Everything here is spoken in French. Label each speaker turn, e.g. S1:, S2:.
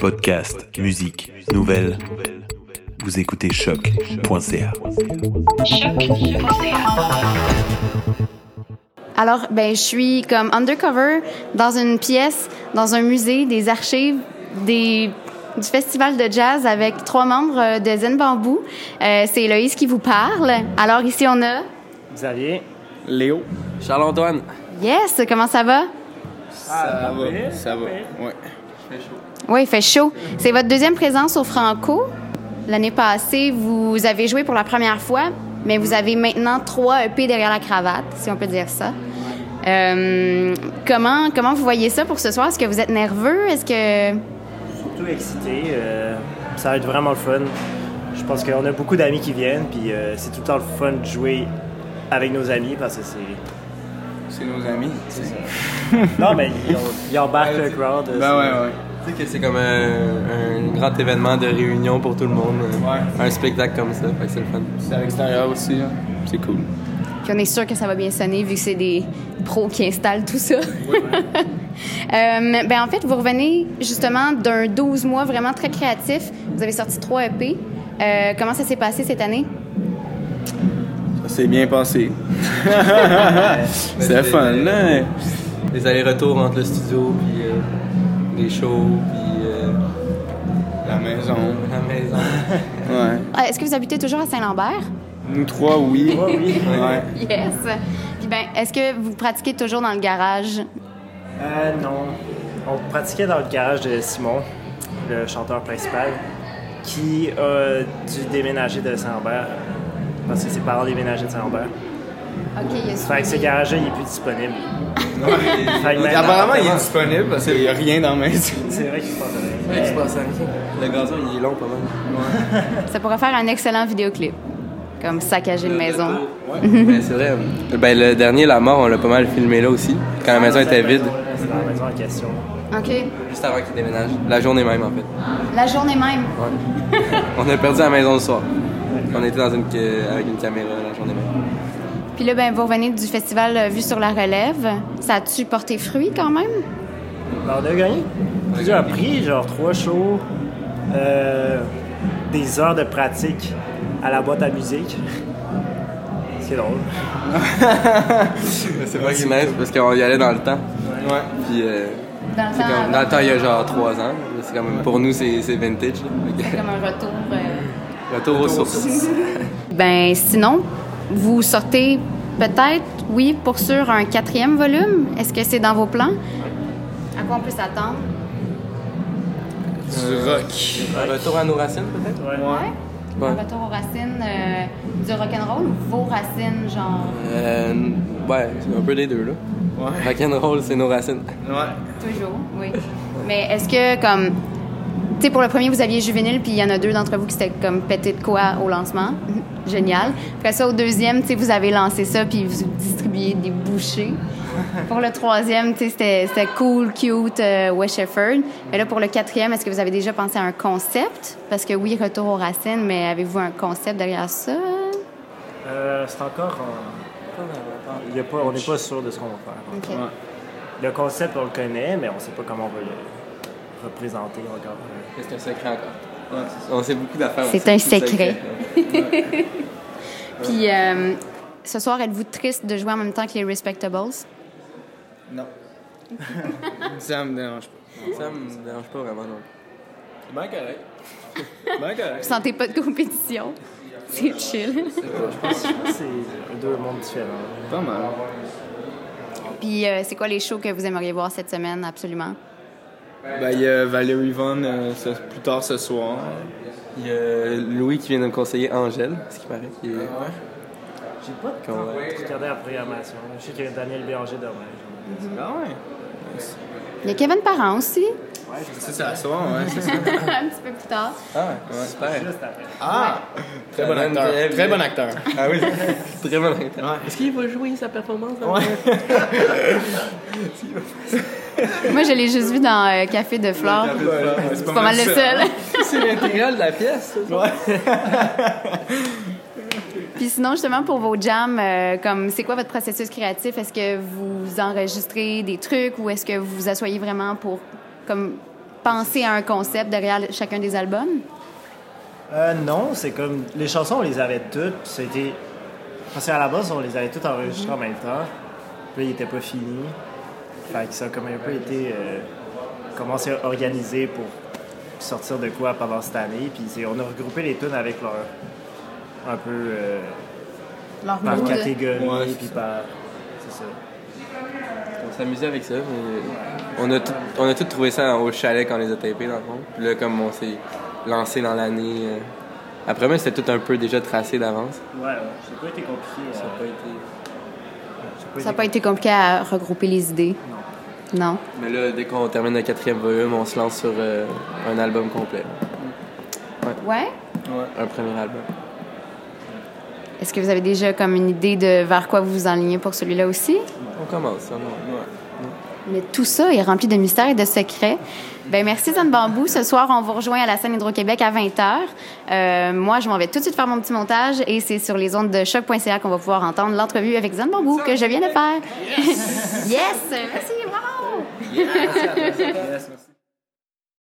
S1: Podcast, musique, nouvelles. Vous écoutez choc.ca.
S2: Alors, ben, je suis comme undercover dans une pièce, dans un musée, des archives, des du festival de jazz avec trois membres de Zen Bambou. Euh, c'est Héloïse qui vous parle. Alors ici on a
S3: Xavier.
S4: Léo.
S5: Charles-Antoine.
S2: Yes, comment ça va?
S5: Ah,
S4: Ça, va, ça va. Ouais.
S2: Il fait chaud. Oui, il fait chaud. C'est votre deuxième présence au Franco. L'année passée, vous avez joué pour la première fois, mais vous avez maintenant trois EP derrière la cravate, si on peut dire ça. Euh, comment, comment vous voyez ça pour ce soir? Est-ce que vous êtes nerveux? Est-ce que...
S3: Surtout excité. Euh, ça va être vraiment le fun. Je pense qu'on a beaucoup d'amis qui viennent, puis euh, c'est tout le temps le fun de jouer avec nos amis parce que c'est.
S4: C'est nos amis. C'est ça.
S3: non, mais ils, ont- ils embarquent le crowd. euh,
S4: Ben
S3: c'est-
S4: ouais, ouais.
S5: Tu sais que c'est comme un, un grand événement de réunion pour tout le monde.
S4: Ouais.
S5: Un spectacle comme ça, fait que c'est le fun.
S4: C'est à l'extérieur aussi, hein. là. C'est cool.
S2: Puis on est sûr que ça va bien sonner vu que c'est des pros qui installent tout ça. Euh, ben en fait, vous revenez justement d'un 12 mois vraiment très créatif. Vous avez sorti trois EP. Euh, comment ça s'est passé cette année?
S4: Ça s'est bien passé. C'était
S5: c'est-
S4: fun, là.
S5: Les allers-retours entre le studio, puis euh, les shows, puis euh,
S4: La maison.
S5: la maison.
S4: Ouais.
S2: Ah, Est-ce que vous habitez toujours à Saint-Lambert?
S4: Nous trois, oui.
S3: oui.
S4: Ouais.
S2: Yes! Puis ben, est-ce que vous pratiquez toujours dans le garage?
S3: Euh, non. On pratiquait dans le garage de Simon, le chanteur principal, qui a dû déménager de Saint-Lambert parce que ses parents déménageaient de Saint-Lambert.
S2: OK, yes.
S3: Fait que ce garage-là, il est plus disponible. Fait que maintenant-
S4: Apparemment, il est disponible parce qu'il n'y a rien dans la maison.
S3: C'est vrai qu'il se passe rien.
S5: Il se passe rien. Le gazon, il est long pas mal.
S2: Ça pourrait faire un excellent vidéoclip, comme saccager une maison.
S5: Ouais. ben, c'est vrai. Ben, le dernier, La Mort, on l'a pas mal filmé là aussi, quand la
S4: Ah,
S5: maison était vide.
S3: C'est dans la maison en question.
S2: OK.
S5: Juste avant qu'il déménage. La journée même, en fait.
S2: La journée même.
S5: Ouais. on a perdu la maison le soir. On était dans une, ca- avec une caméra la journée même.
S2: Puis là, ben, vous revenez du festival euh, Vue sur la relève. Ça a-tu porté fruit quand même?
S3: Ben, on a gagné plusieurs prix, genre trois shows, euh, des heures de pratique à la boîte à musique. C'est drôle.
S5: C'est pas qu'il neige parce qu'on y allait dans le temps.
S4: Ouais.
S5: Puis, euh,
S2: Dans le
S5: c'est
S2: temps
S5: comme-
S2: avant.
S5: dans le temps, il y a genre 3 ans. Mais C'est comme, pour nous, c'est c'est vintage. là. Fait que-
S2: comme un retour. euh?
S5: Retour aux sources.
S2: Ben sinon, vous sortez peut-être, oui, pour sûr, un quatrième volume. Est-ce que c'est dans vos plans? À quoi on peut s'attendre?
S4: Du rock.
S5: Un Retour à nos racines, peut-être?
S4: Ouais.
S5: Ouais.
S2: Un retour aux racines euh, du rock'n'roll ou vos racines, genre
S5: Euh, ouais, c'est un peu les deux, là.
S4: Ouais.
S5: Rock'n'roll, c'est nos racines.
S4: Ouais.
S2: toujours, oui. Mais est-ce que comme tu sais, pour le premier, vous aviez Juvénile, puis il y en a deux d'entre vous qui s'étaient comme pété de quoi au lancement. Génial. Après ça, au deuxième, tu sais, vous avez lancé ça, puis vous distribuez des bouchées. pour le troisième, tu sais, c'était c'était cool, cute, euh, West Shepherd. Mais là, pour le quatrième, est-ce que vous avez déjà pensé à un concept? Parce que oui, retour aux racines, mais avez-vous un concept derrière ça?
S3: Euh, c'est encore. en- Il y a pas, on n'est pas sûr de ce qu'on va faire.
S2: OK.
S3: Le concept, on le connaît, mais on ne sait pas comment on va le représenter encore.
S5: C'est un secret encore. On sait beaucoup d'affaires.
S2: C'est
S5: on sait
S2: un
S5: beaucoup de
S2: secret.
S5: secrets.
S2: Puis euh, ce soir, êtes-vous triste de jouer en même temps que les Respectables?
S4: Non. ça me dérange pas.
S5: Ça me dérange pas vraiment, non.
S4: C'est bien Ben, correct. bien correct.
S2: Vous sentez pas de compétition? C'est chill.
S3: C'est deux mondes différents.
S4: Pas mal.
S2: Puis euh, c'est quoi les shows que vous aimeriez voir cette semaine, absolument?
S4: Ben, il y a Valérie Yvonne euh, ce- plus tard ce soir.
S5: Il y a Louis qui vient de me conseiller Angèle, ce qui paraît. qui est-
S3: J'ai pas de temps de regarder la programmation. Je sais qu'il y a Daniel Béranger demain.
S4: Ah ouais.
S2: Il y a Kevin Parent aussi,
S4: Ça, c'est à soir, ouais. c'est ça.
S2: un petit peu plus tard.
S5: Ah, ouais, super.
S3: Juste après.
S4: Ah! Très bon acteur. Très bon acteur.
S5: Ah oui, très bon acteur.
S4: Ouais.
S5: Est-ce qu'il va jouer sa performance? là?
S2: Moi, je l'ai juste vu dans euh, Café de Flore.
S4: C'est
S2: C'est pas mal le seul.
S5: C'est l'intégrale de la pièce. ça.
S2: Puis sinon, justement, pour vos jams, euh, comme c'est quoi votre processus créatif? Est-ce que vous enregistrez des trucs ou est-ce que vous vous asseyez vraiment pour comme penser à un concept derrière le- chacun des albums?
S3: Euh, non, c'est comme. Les chansons, on les avait toutes. puis C'était. Parce qu'à la base, on les avait toutes enregistrées en même temps. Puis là, ils n'étaient pas finis. Fait que ça a comme un peu été. euh, comment c'est organisé pour sortir de quoi pendant cette année. Puis c'est- on a regroupé les tunes avec leur. Un peu. euh,
S2: Leur
S3: par
S2: mood.
S3: catégorie.
S4: Ouais, c'est
S3: puis par. C'est ça.
S5: On s'amusait avec ça, mais on a tout, on a tout trouvé ça au chalet quand on les a tapés, dans le fond. Puis là, comme on s'est lancé dans l'année, euh, après, mais c'était tout un peu déjà tracé d'avance.
S3: Ouais, ouais. Ça n'a pas été compliqué. euh, Ça n'a pas été.
S2: Ça n'a pas été compliqué à regrouper les idées? Non.
S5: Mais là, dès qu'on termine le quatrième volume, on se lance sur euh, un album complet.
S2: Ouais?
S5: Un premier album.
S2: Est-ce que vous avez déjà comme une idée de vers quoi vous vous enlignez pour celui-là aussi?
S5: On commence, on
S2: Mais tout ça est rempli de mystères et de secrets. Ben merci Zane Bambou. Ce soir, on vous rejoint à la scène Hydro-Québec à 20h. Euh, moi, je m'en vais tout de suite faire mon petit montage et c'est sur les ondes de choc.ca qu'on va pouvoir entendre l'entrevue avec Zane Bambou que je viens de faire. Yes! Merci! Wow!
S4: Yes, merci.